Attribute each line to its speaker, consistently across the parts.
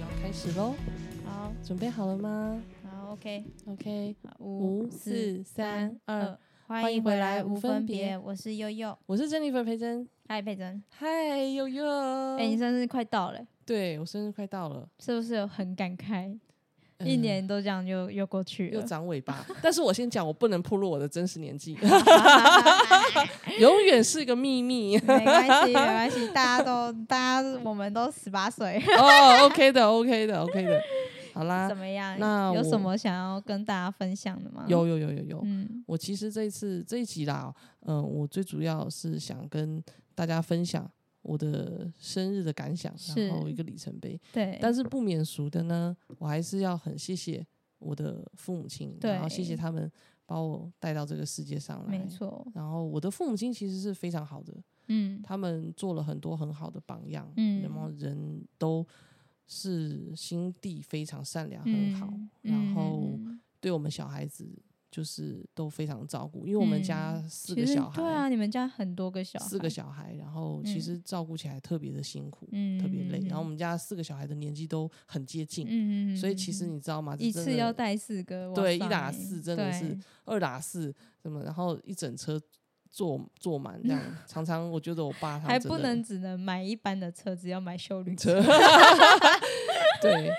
Speaker 1: 要开始喽，
Speaker 2: 好，
Speaker 1: 准备好了吗
Speaker 2: 好，OK，
Speaker 1: ？OK，
Speaker 2: 好，
Speaker 1: 五四三二，，
Speaker 2: 欢迎回来，无分别，我是悠悠，
Speaker 1: 我是珍妮粉培珍，
Speaker 2: 嗨，佩珍，
Speaker 1: 嗨悠悠，
Speaker 2: 哎，你生日快到了，
Speaker 1: 对我生日快到了，
Speaker 2: 是不是有很感慨？
Speaker 1: 嗯
Speaker 2: 一年都这样又又过去
Speaker 1: 又
Speaker 2: 了，。
Speaker 1: 长尾巴，但是我先讲，我不能暴露我的真实年纪， 永远是个秘密
Speaker 2: 没关系，没关系，大家都，大家我们都十八 岁，
Speaker 1: 哦，OK 的，OK 的，OK 的，好啦
Speaker 2: 怎，么样？
Speaker 1: 那
Speaker 2: 有
Speaker 1: 我
Speaker 2: 什么想要跟大家分享的吗？，
Speaker 1: 有有有有有，
Speaker 2: 嗯，
Speaker 1: 我其实这一次这一集啦，嗯、我最主要是想跟大家分享我的生日的感想，
Speaker 2: 是
Speaker 1: 然后一个里程碑。
Speaker 2: 对，
Speaker 1: 但是不免俗的呢，我还是要很谢谢我的父母亲，
Speaker 2: 对
Speaker 1: 然后谢谢他们把我带到这个世界上来
Speaker 2: 没。错，
Speaker 1: 然后我的父母亲其实是非常好的，
Speaker 2: 嗯，
Speaker 1: 他们做了很多很好的榜样，
Speaker 2: 嗯
Speaker 1: 然后人都是心地非常善良，很好，
Speaker 2: 嗯
Speaker 1: 然后
Speaker 2: 嗯嗯嗯
Speaker 1: 对我们小孩子就是都非常照顾，因为我们家
Speaker 2: 嗯
Speaker 1: 四
Speaker 2: 其
Speaker 1: 个
Speaker 2: 实
Speaker 1: 小孩，
Speaker 2: 对啊，你们家很多个小孩，
Speaker 1: 四个小孩，然后其
Speaker 2: 嗯
Speaker 1: 实照顾起来特别的辛苦，
Speaker 2: 嗯，
Speaker 1: 特别累。然后我
Speaker 2: 嗯
Speaker 1: 们家四个小孩的年纪都很接近，
Speaker 2: 嗯，嗯
Speaker 1: 所以其实
Speaker 2: 嗯
Speaker 1: 你知道吗？这
Speaker 2: 一
Speaker 1: 真
Speaker 2: 次要
Speaker 1: 的
Speaker 2: 带四个，哇
Speaker 1: 对一
Speaker 2: 塞
Speaker 1: 打四真的是
Speaker 2: 对
Speaker 1: 二打四什么，然后一整车坐坐满这 样，常常我觉得我爸他
Speaker 2: 还
Speaker 1: 真
Speaker 2: 不
Speaker 1: 的
Speaker 2: 能只能买一般的车，只要买修旅
Speaker 1: 车
Speaker 2: 车。
Speaker 1: 对，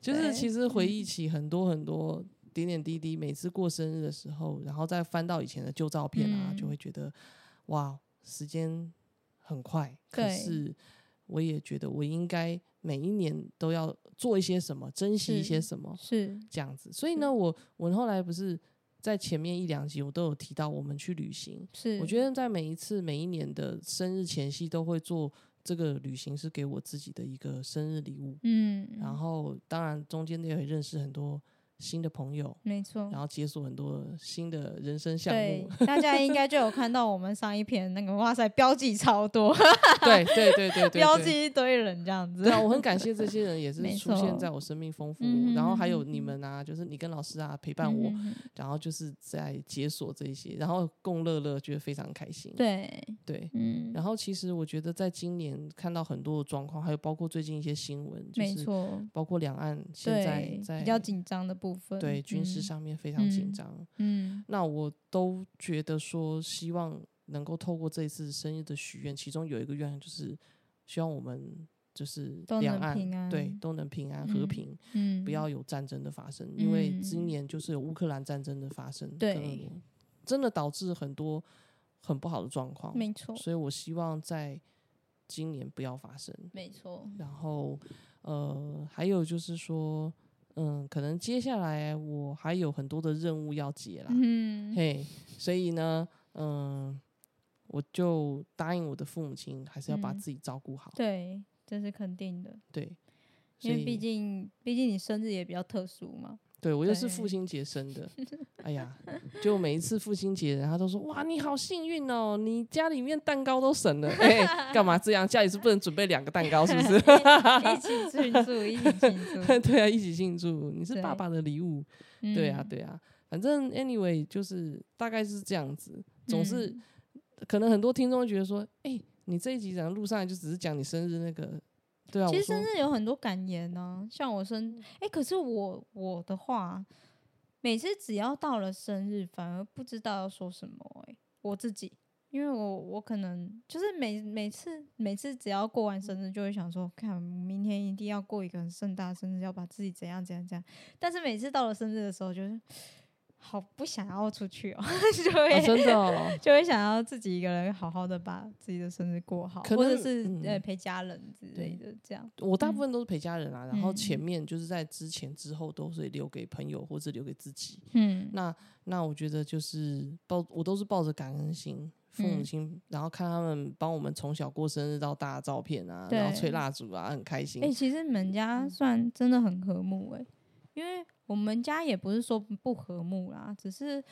Speaker 1: 就是
Speaker 2: 对嗯
Speaker 1: 其实回忆起很多很多点点滴滴，每次过生日的时候，然后再翻到以前的旧照片啊，
Speaker 2: 嗯
Speaker 1: 就会觉得哇，时间很快，可
Speaker 2: 对
Speaker 1: 是我也觉得我应该每一年都要做一些什么，珍惜一些
Speaker 2: 是
Speaker 1: 什么，
Speaker 2: 是，
Speaker 1: 这样子。所以呢，我我后来不是在前面一两集我都有提到，我们去旅行，
Speaker 2: 是，
Speaker 1: 我觉得在每一次每一年的生日前夕都会做这个旅行，是给我自己的一个生日礼物。
Speaker 2: 嗯，
Speaker 1: 然后当然中间也会认识很多新的朋友，
Speaker 2: 没错
Speaker 1: 然，后解锁很多新的人生项
Speaker 2: 对
Speaker 1: 目。，
Speaker 2: 大家应该就有看到我们上一篇那个，哇塞，标记超多，
Speaker 1: 对对对对对
Speaker 2: 标
Speaker 1: 对。
Speaker 2: 记一堆人这样子
Speaker 1: 对。啊，我很感谢这些人也是
Speaker 2: 没
Speaker 1: 出现
Speaker 2: 错
Speaker 1: 在我生命丰富
Speaker 2: 嗯
Speaker 1: 我，然后还有
Speaker 2: 嗯
Speaker 1: 你们啊，就是你跟老师啊陪伴我，
Speaker 2: 嗯，
Speaker 1: 然后就是在解锁这一些，然后共乐乐，觉得非常开心。
Speaker 2: 对，
Speaker 1: 对，
Speaker 2: 嗯，
Speaker 1: 然后其实我觉得在今年看到很多的状况，还有包括最近一些新闻，就
Speaker 2: 没
Speaker 1: 是
Speaker 2: 错，
Speaker 1: 包括两岸现在
Speaker 2: 对，
Speaker 1: 在
Speaker 2: 比较紧张的部分，
Speaker 1: 对军事
Speaker 2: 嗯，
Speaker 1: 上面非常紧
Speaker 2: 嗯
Speaker 1: 张，
Speaker 2: 嗯，
Speaker 1: 那我都觉得说，希望能够透过这一次生日的许愿，其中有一个愿望就是希望我们就是
Speaker 2: 都
Speaker 1: 两
Speaker 2: 能
Speaker 1: 岸
Speaker 2: 平安
Speaker 1: 对都能平安和
Speaker 2: 嗯
Speaker 1: 平，
Speaker 2: 嗯，
Speaker 1: 不要有战争的发生，因为今
Speaker 2: 嗯
Speaker 1: 年就是有乌克兰战争的发生，
Speaker 2: 对
Speaker 1: 跟俄罗，真的导致很多很不好的状况，
Speaker 2: 没错，
Speaker 1: 所以我希望在今年不要发生。
Speaker 2: 没错，
Speaker 1: 然后呃，还有就是说，嗯，可能接下来我还有很多的任务要解啦，
Speaker 2: 嗯，
Speaker 1: 嘿，所以呢，嗯，我就答应我的父母亲，还是要把
Speaker 2: 嗯
Speaker 1: 自己照顾好。
Speaker 2: 对，这是肯定的。
Speaker 1: 对，所
Speaker 2: 因为
Speaker 1: 以
Speaker 2: 毕竟，毕竟你生日也比较特殊嘛。
Speaker 1: 对我又是父
Speaker 2: 对
Speaker 1: 亲节生的，哎呀，就每一次父亲节，然后都说哇，你好幸运哦，你家里面蛋糕都省了， 哎、干嘛这样？家里是不能准备两个蛋糕是不 是？
Speaker 2: 一起庆祝，一起庆祝。
Speaker 1: 对啊，一起庆祝，你是爸
Speaker 2: 对
Speaker 1: 爸的礼物。 对啊，
Speaker 2: 嗯，
Speaker 1: 对啊，反正 anyway 就是大概是这样子，总是、
Speaker 2: 嗯
Speaker 1: 可能很多听众会觉得说，哎、你这一集讲录上来就只是讲你生日那个，对啊，
Speaker 2: 其
Speaker 1: 我
Speaker 2: 实
Speaker 1: 说嗯
Speaker 2: 生日有很多感言呢、像我生，哎、可是我我的话，每次只要到了生日，反而不知道要说什么、哎，我自己，因为我我可能就是每每次每次只要过完生日，就会想说，看明天一定要过一个很盛大的生日，要把自己怎样怎样怎样。但是每次到了生日的时候，就是好不想要出去哦、 就会、
Speaker 1: 啊，真的 哦，
Speaker 2: 就会想要自己一个人好好的把自己的生日过好，
Speaker 1: 可
Speaker 2: 或者
Speaker 1: 能
Speaker 2: 是、
Speaker 1: 嗯
Speaker 2: 呃陪家人之类的这样。
Speaker 1: 我大
Speaker 2: 嗯
Speaker 1: 部分都是陪家人啊，然后
Speaker 2: 嗯
Speaker 1: 前面就是在之前之后都是留给朋友或者留给自己。
Speaker 2: 嗯
Speaker 1: 那那我觉得就是抱，我都是抱着感恩心。父母
Speaker 2: 嗯
Speaker 1: 亲，然后看他们帮我们从小过生日到大的照片啊，然后吹
Speaker 2: 对
Speaker 1: 蜡烛啊，很开心。
Speaker 2: 哎、其实你们家算真的很和睦哎、因为我们家也不是说不和睦啦，只是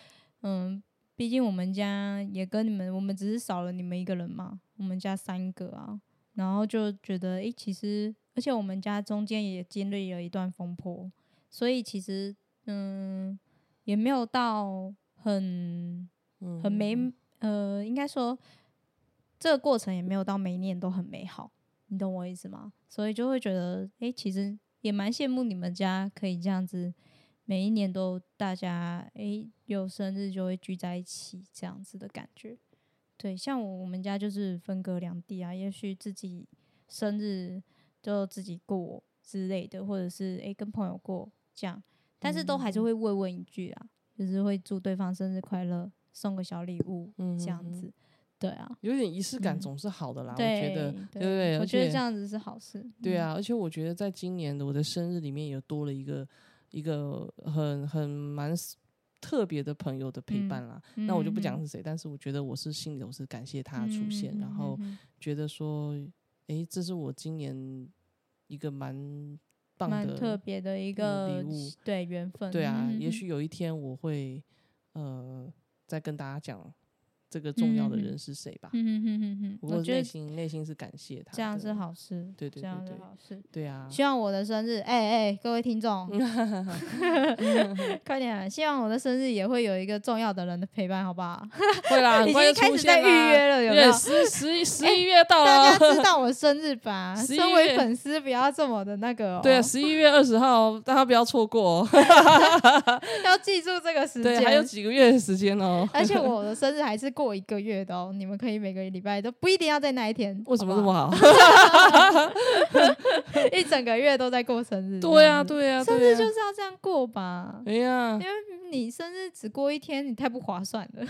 Speaker 2: 嗯，毕竟我们家也跟你们，我们只是少了你们一个人嘛，我们家三个啊，然后就觉得哎、诶其实而且我们家中间也经历了一段风波，所以其实嗯，也没有到很
Speaker 1: 嗯
Speaker 2: 很美，呃，应该说这个过程也没有到每一年都很美好，你懂我意思吗？所以就会觉得，诶，其实也蛮羡慕你们家可以这样子，每一年都大家诶有生日就会聚在一起这样子的感觉。对，像我我们家就是分隔两地啊，也许自己生日就自己过之类的，或者是诶跟朋友过这样，但是都还
Speaker 1: 嗯
Speaker 2: 是会慰问一句啊，就是会祝对方生日快乐，送个小礼物
Speaker 1: 嗯
Speaker 2: 这样
Speaker 1: 哼哼
Speaker 2: 子。对啊，
Speaker 1: 有点仪式感
Speaker 2: 嗯
Speaker 1: 总是好的啦，我
Speaker 2: 对
Speaker 1: 觉得，对不
Speaker 2: 对，
Speaker 1: 对？
Speaker 2: 我
Speaker 1: 而
Speaker 2: 觉得
Speaker 1: 且
Speaker 2: 这样子是好事。
Speaker 1: 对
Speaker 2: 嗯，
Speaker 1: 啊，而且我觉得在今年的我的生日里面也多了一个一个很很蛮 s- 特别的朋友的陪
Speaker 2: 嗯
Speaker 1: 伴啦。那我就不讲是
Speaker 2: 嗯
Speaker 1: 谁，但是我觉得我是心里我是感谢他的出现，然后
Speaker 2: 嗯嗯嗯
Speaker 1: 觉得说，诶，这是我今年一个蛮棒
Speaker 2: 蛮特
Speaker 1: 的，
Speaker 2: 别的一
Speaker 1: 嗯
Speaker 2: 个
Speaker 1: 礼物
Speaker 2: 对缘分。
Speaker 1: 对啊，
Speaker 2: 嗯
Speaker 1: 也许有一天我会呃再跟大家讲这个重要的
Speaker 2: 嗯嗯嗯
Speaker 1: 人是谁吧。
Speaker 2: 嗯哼哼哼哼，
Speaker 1: 不
Speaker 2: 我
Speaker 1: 过
Speaker 2: 觉
Speaker 1: 内
Speaker 2: 得
Speaker 1: 心内心是感谢他的，
Speaker 2: 这样是好事，
Speaker 1: 对对
Speaker 2: 这
Speaker 1: 对
Speaker 2: 样是
Speaker 1: 对
Speaker 2: 好事。
Speaker 1: 对 啊，
Speaker 2: 希望我的生日，哎、哎、各位听 众， 快点、啊！希望我的生日也会有一个重要的人的陪伴，好不好？
Speaker 1: 会啦， 很
Speaker 2: 已
Speaker 1: 快
Speaker 2: 经
Speaker 1: 就
Speaker 2: 开
Speaker 1: 出
Speaker 2: 始在
Speaker 1: 现
Speaker 2: 预
Speaker 1: 啦
Speaker 2: 约了，有没有哎
Speaker 1: 对，？十十一十一月到了
Speaker 2: 大
Speaker 1: 哦，
Speaker 2: 家知道我生日 吧？
Speaker 1: 11
Speaker 2: 身为
Speaker 1: 月
Speaker 2: 粉丝，不要这么的那个、哦，
Speaker 1: 对，啊十一月二十号，大家不要错过哦。
Speaker 2: 要记住这个时
Speaker 1: 对，还有
Speaker 2: 间。
Speaker 1: 几个月的时间哦。
Speaker 2: 而且我的生日还是过一个月的哦，你们可以每个礼拜都不一定要在那一天。
Speaker 1: 为什么
Speaker 2: 好
Speaker 1: 这
Speaker 2: 不
Speaker 1: 么 好？
Speaker 2: 好 一整个月都在过生日？
Speaker 1: 对呀，
Speaker 2: 这样子
Speaker 1: 对呀，
Speaker 2: 生
Speaker 1: 对啊
Speaker 2: 日
Speaker 1: 呀
Speaker 2: 就是要这样 过吧。
Speaker 1: 哎呀
Speaker 2: 因，为你生日只过一天，你太不划算了。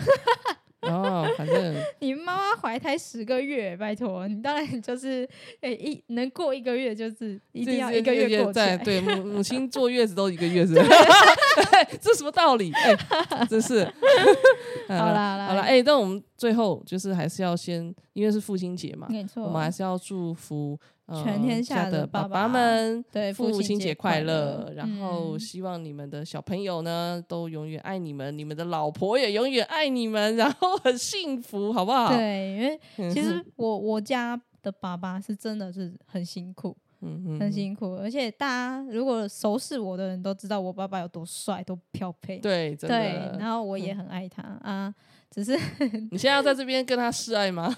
Speaker 1: 哦，反正
Speaker 2: 你妈妈怀胎十个月，拜托，你当然就是诶、一能过一个月就是一定要
Speaker 1: 这
Speaker 2: 一个月过起
Speaker 1: 在
Speaker 2: 来。
Speaker 1: 对母母 亲坐月子都一个月是吧？ 这什么道理？哎，真是。
Speaker 2: 好啦好啦
Speaker 1: 好了，哎，但我们最后就是还是要先，因为是父亲节嘛，
Speaker 2: 没错，
Speaker 1: 我们还是要祝福呃
Speaker 2: 全天下
Speaker 1: 下
Speaker 2: 的
Speaker 1: 的
Speaker 2: 爸
Speaker 1: 爸
Speaker 2: 爸
Speaker 1: 们。
Speaker 2: 对
Speaker 1: 父亲
Speaker 2: 亲
Speaker 1: 节
Speaker 2: 快
Speaker 1: 快乐！然后
Speaker 2: 嗯
Speaker 1: 希望你们的小朋友呢，都永远爱你们，你们的老婆也永远爱你们，然后很幸福，好不好？
Speaker 2: 对，因为
Speaker 1: 嗯，
Speaker 2: 其实我我家的爸爸是真的是很辛苦，
Speaker 1: 嗯嗯
Speaker 2: 很辛苦，而且大家如果熟识我的人都知道我爸爸有多帅，多漂配。
Speaker 1: 对，真
Speaker 2: 对，
Speaker 1: 的。嗯
Speaker 2: 然后我也很爱他啊，只是
Speaker 1: 你现在要在这边跟他示爱吗？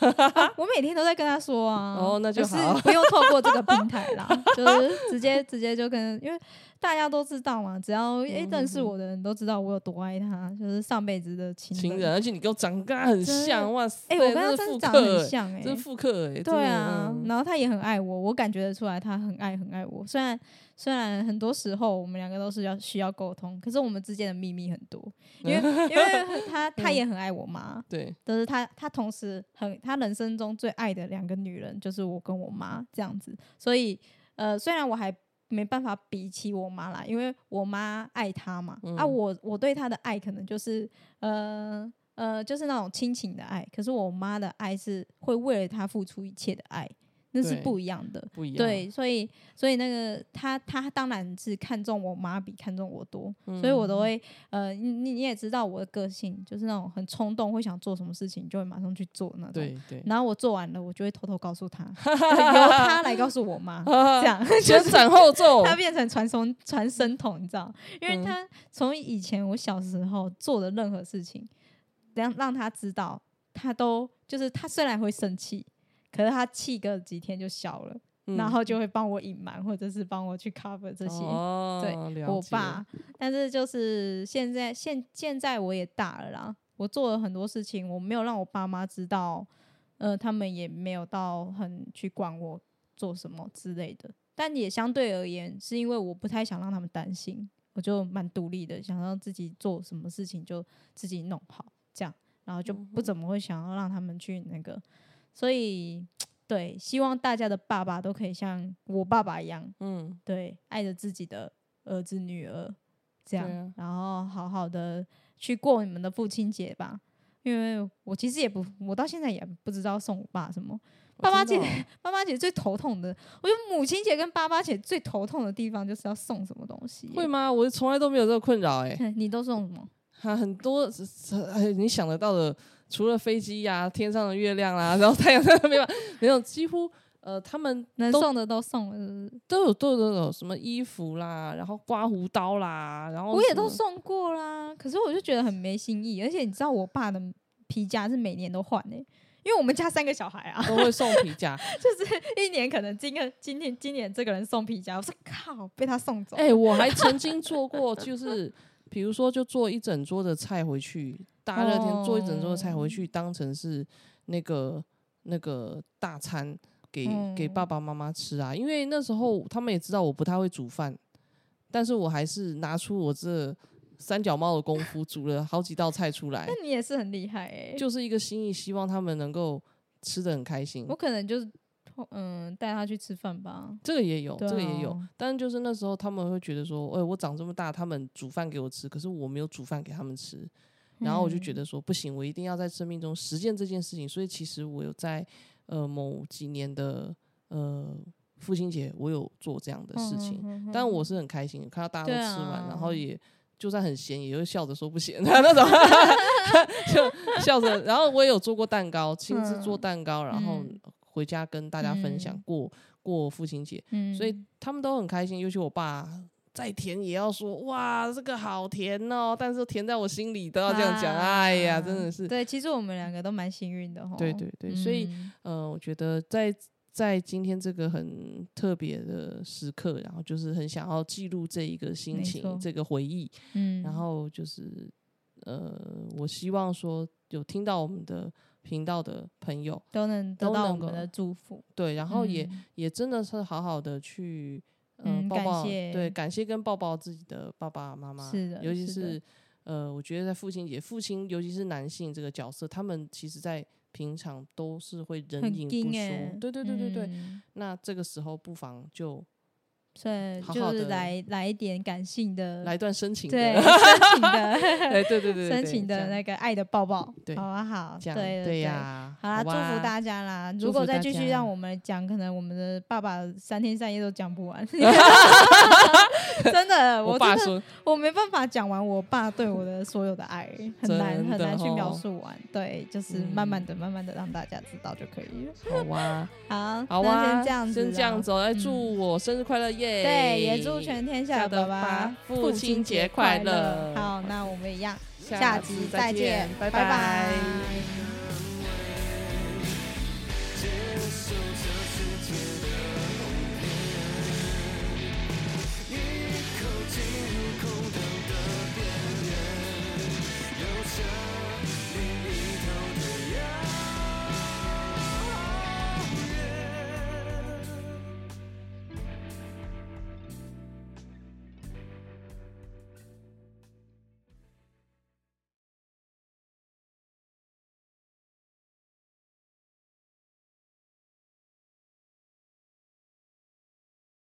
Speaker 2: 我每天都在跟他说啊，
Speaker 1: 哦那就
Speaker 2: 可是
Speaker 1: 好
Speaker 2: 不用透过这个平台 啦，就是直接直接就跟，因为大家都知道嘛，只
Speaker 1: 嗯
Speaker 2: 要诶、认识我的人都知道我有多爱他，就是上辈子的情
Speaker 1: 情人，而且你跟我长得跟他很
Speaker 2: 真的
Speaker 1: 像，哇塞！
Speaker 2: 哎、我跟他
Speaker 1: 这
Speaker 2: 真
Speaker 1: 是复
Speaker 2: 的长得
Speaker 1: 刻欸
Speaker 2: 很，像哎、
Speaker 1: 这是复刻，哎，真
Speaker 2: 对
Speaker 1: 的
Speaker 2: 啊，
Speaker 1: 嗯
Speaker 2: 然后他也很爱我，我感觉得出来他很爱很爱我。虽然虽然很多时候我们两个都是要需要沟通，可是我们之间的秘密很多，因为因为他 他
Speaker 1: 嗯
Speaker 2: 也很爱我妈，
Speaker 1: 对，
Speaker 2: 但是他他同时很他人生中最爱的两个女人就是我跟我妈这样子，所以呃虽然我还。没办法比起我妈啦，因为我妈爱他嘛，啊
Speaker 1: 嗯
Speaker 2: 我我对他的爱可能就是呃呃，就是那种亲情的爱，可是我妈的爱是会为了他付出一切的爱，那是
Speaker 1: 对
Speaker 2: 不一样的。
Speaker 1: 不一样，
Speaker 2: 对，所以所以那个他他当然是看重我妈比看重我多，
Speaker 1: 嗯
Speaker 2: 所以我都会呃，你你你也知道我的个性，就是那种很冲动，会想做什么事情就会马上去做那种。
Speaker 1: 对对，
Speaker 2: 然后我做完了，我就会偷偷告 诉他，由他来告诉我妈，这样 就
Speaker 1: 先
Speaker 2: 是
Speaker 1: 斩后奏，
Speaker 2: 他变成传送传声筒，你知道？因
Speaker 1: 嗯
Speaker 2: 为他从以前我小时候做的任何事情，让让他知道，他都就是他虽然会生气，可是他气个几天就消了，
Speaker 1: 嗯
Speaker 2: 然后就会帮我隐瞒或者是帮我去 cover 这些。
Speaker 1: 哦
Speaker 2: 对
Speaker 1: 了
Speaker 2: 我
Speaker 1: 解
Speaker 2: 爸，但是就是现在现现在我也大了啦，我做了很多事情，我没有让我爸妈知道，呃，他们也没有到很去管我做什么之类的。但也相对而言，是因为我不太想让他们担心，我就蛮独立的，想让自己做什么事情就自己弄好，这样，然后就
Speaker 1: 嗯
Speaker 2: 不怎么会想要让他们去那个，所以。对，希望大家的爸爸都可以像我爸爸一样，
Speaker 1: 嗯，
Speaker 2: 对，爱着自己的儿子女儿，这样，
Speaker 1: 对啊
Speaker 2: 然后好好的去过你们的父亲节吧。因为我其实也不，我到现在也不知道送我爸什么。
Speaker 1: 哦
Speaker 2: 爸爸
Speaker 1: 真
Speaker 2: 节
Speaker 1: 的哦，
Speaker 2: 爸爸节最头痛的，我觉得母亲节跟爸爸节最头痛的地方就是要送什么东西。
Speaker 1: 会吗？我从来都没有这个困扰，哎，
Speaker 2: 哼 你都送什么？
Speaker 1: 啊，很多是是哎你 想得到的，除了飞机呀、天上的月亮啦、然后太阳上的没有没有，几乎呃，他们
Speaker 2: 能
Speaker 1: 都
Speaker 2: 送的都送了是不是
Speaker 1: 都有都有都有什么衣服啦，然后刮胡刀啦，然后
Speaker 2: 我也
Speaker 1: 什
Speaker 2: 都
Speaker 1: 么
Speaker 2: 送过啦。可是我就觉得很没新意，而且你知道我爸的皮夹是每年都换诶、因为我们家三个小孩啊，
Speaker 1: 都会送皮夹。
Speaker 2: 就是 一年可能今个今天今年这个人送皮夹，我 说靠，被他送走。
Speaker 1: 哎、我还曾经做 过，就是比如说就做一整桌的菜回去，大热天做一整桌的菜回去，当成是那个那个大餐给、给爸爸妈妈吃啊，因为那时候他们也知道我不太会煮饭，但是我还是拿出我这三脚猫的功夫煮了好几道菜出来
Speaker 2: 那，你也是很厉害欸诶、
Speaker 1: 就是一个心意，希望他们能够吃的很开心
Speaker 2: 我。可能就是嗯带他去吃饭吧。
Speaker 1: 这个也有，
Speaker 2: 对
Speaker 1: 这个也有
Speaker 2: 啊，
Speaker 1: 但就是那时候他们会觉得说，哎、我长这么大，他们煮饭给我吃，可是我没有煮饭给他们吃，然后我就觉
Speaker 2: 嗯
Speaker 1: 得说，不行，我一定要在生命中实践这件事情。所以其实我有在呃某几年的呃父亲节，我有做这样的事情，
Speaker 2: 嗯
Speaker 1: 但我是很开心，看到大家都
Speaker 2: 对
Speaker 1: 吃完，然后
Speaker 2: 啊
Speaker 1: 也。就算很咸，也会笑着说不咸啊那种， 就笑着。然后我也有做过蛋糕，亲自做
Speaker 2: 嗯
Speaker 1: 蛋糕，然后
Speaker 2: 嗯
Speaker 1: 回家跟大家分享
Speaker 2: 嗯
Speaker 1: 过、过父亲节。
Speaker 2: 嗯
Speaker 1: 所以他们都很开心，尤其我爸再甜也要说哇，这个好甜哦，但是甜在我心里都要这样讲，哎呀，真的是，
Speaker 2: 啊对，其实我们两个都蛮幸运的哈。
Speaker 1: 对对对，所以
Speaker 2: 嗯
Speaker 1: 呃，我觉得在在今天这个很特别的时刻，然后就是很想要记录这一个心
Speaker 2: 没
Speaker 1: 情，
Speaker 2: 错
Speaker 1: 这个回忆，
Speaker 2: 嗯，
Speaker 1: 然后就是呃，我希望说有听到我们的频道的朋友，
Speaker 2: 都能得
Speaker 1: 都
Speaker 2: 到
Speaker 1: 能
Speaker 2: 我们
Speaker 1: 够
Speaker 2: 的祝福，
Speaker 1: 对，然后也、
Speaker 2: 嗯
Speaker 1: 也真的是好好的去，呃，
Speaker 2: 嗯
Speaker 1: 抱
Speaker 2: 感
Speaker 1: 抱，
Speaker 2: 谢
Speaker 1: 对，感谢跟抱抱自己的爸爸妈妈，
Speaker 2: 是的
Speaker 1: 尤其
Speaker 2: 是的
Speaker 1: 是呃，我觉得在父亲节，父亲尤其是男性这个角色，他们其实在平常都是会人
Speaker 2: 很
Speaker 1: 影不
Speaker 2: 硬
Speaker 1: 说，
Speaker 2: 哎，
Speaker 1: 对对对对对，
Speaker 2: 嗯
Speaker 1: 那这个时候不妨就
Speaker 2: 所以
Speaker 1: 好好
Speaker 2: 就是
Speaker 1: 地
Speaker 2: 来来一点感性的，
Speaker 1: 来一段深情的，
Speaker 2: 对
Speaker 1: 哎
Speaker 2: 深情的
Speaker 1: 对对对对，
Speaker 2: 深情
Speaker 1: 这
Speaker 2: 的
Speaker 1: 样
Speaker 2: 那个爱的抱抱，
Speaker 1: 对
Speaker 2: 好啊好，
Speaker 1: 这
Speaker 2: 对
Speaker 1: 样对
Speaker 2: 对。
Speaker 1: 呀，
Speaker 2: 好啦，祝
Speaker 1: 吧
Speaker 2: 福大家啦！
Speaker 1: 祝
Speaker 2: 如果
Speaker 1: 福
Speaker 2: 再
Speaker 1: 大
Speaker 2: 继续
Speaker 1: 家
Speaker 2: 让我们讲，可能我们的爸爸三天三夜都讲不 完。 真的，
Speaker 1: 我
Speaker 2: 我
Speaker 1: 爸
Speaker 2: 真的
Speaker 1: 说，
Speaker 2: 我没办法讲完我爸对我的所有的爱，很难
Speaker 1: 真的
Speaker 2: 很难去
Speaker 1: 哦
Speaker 2: 描述完。对，就是慢慢的、慢慢的让大家知道就可以了。
Speaker 1: 好 哇，
Speaker 2: 好，
Speaker 1: 嗯好
Speaker 2: 那
Speaker 1: 哇，
Speaker 2: 先这样子，
Speaker 1: 先这样子。哦，来
Speaker 2: 嗯
Speaker 1: 祝我生日快乐耶！
Speaker 2: 对，也祝全天下的爸爸
Speaker 1: 父亲节快乐
Speaker 2: 好，那我们一样，
Speaker 1: 下
Speaker 2: 下集
Speaker 1: 次
Speaker 2: 再见，
Speaker 1: 拜
Speaker 2: 拜
Speaker 1: 拜
Speaker 2: 拜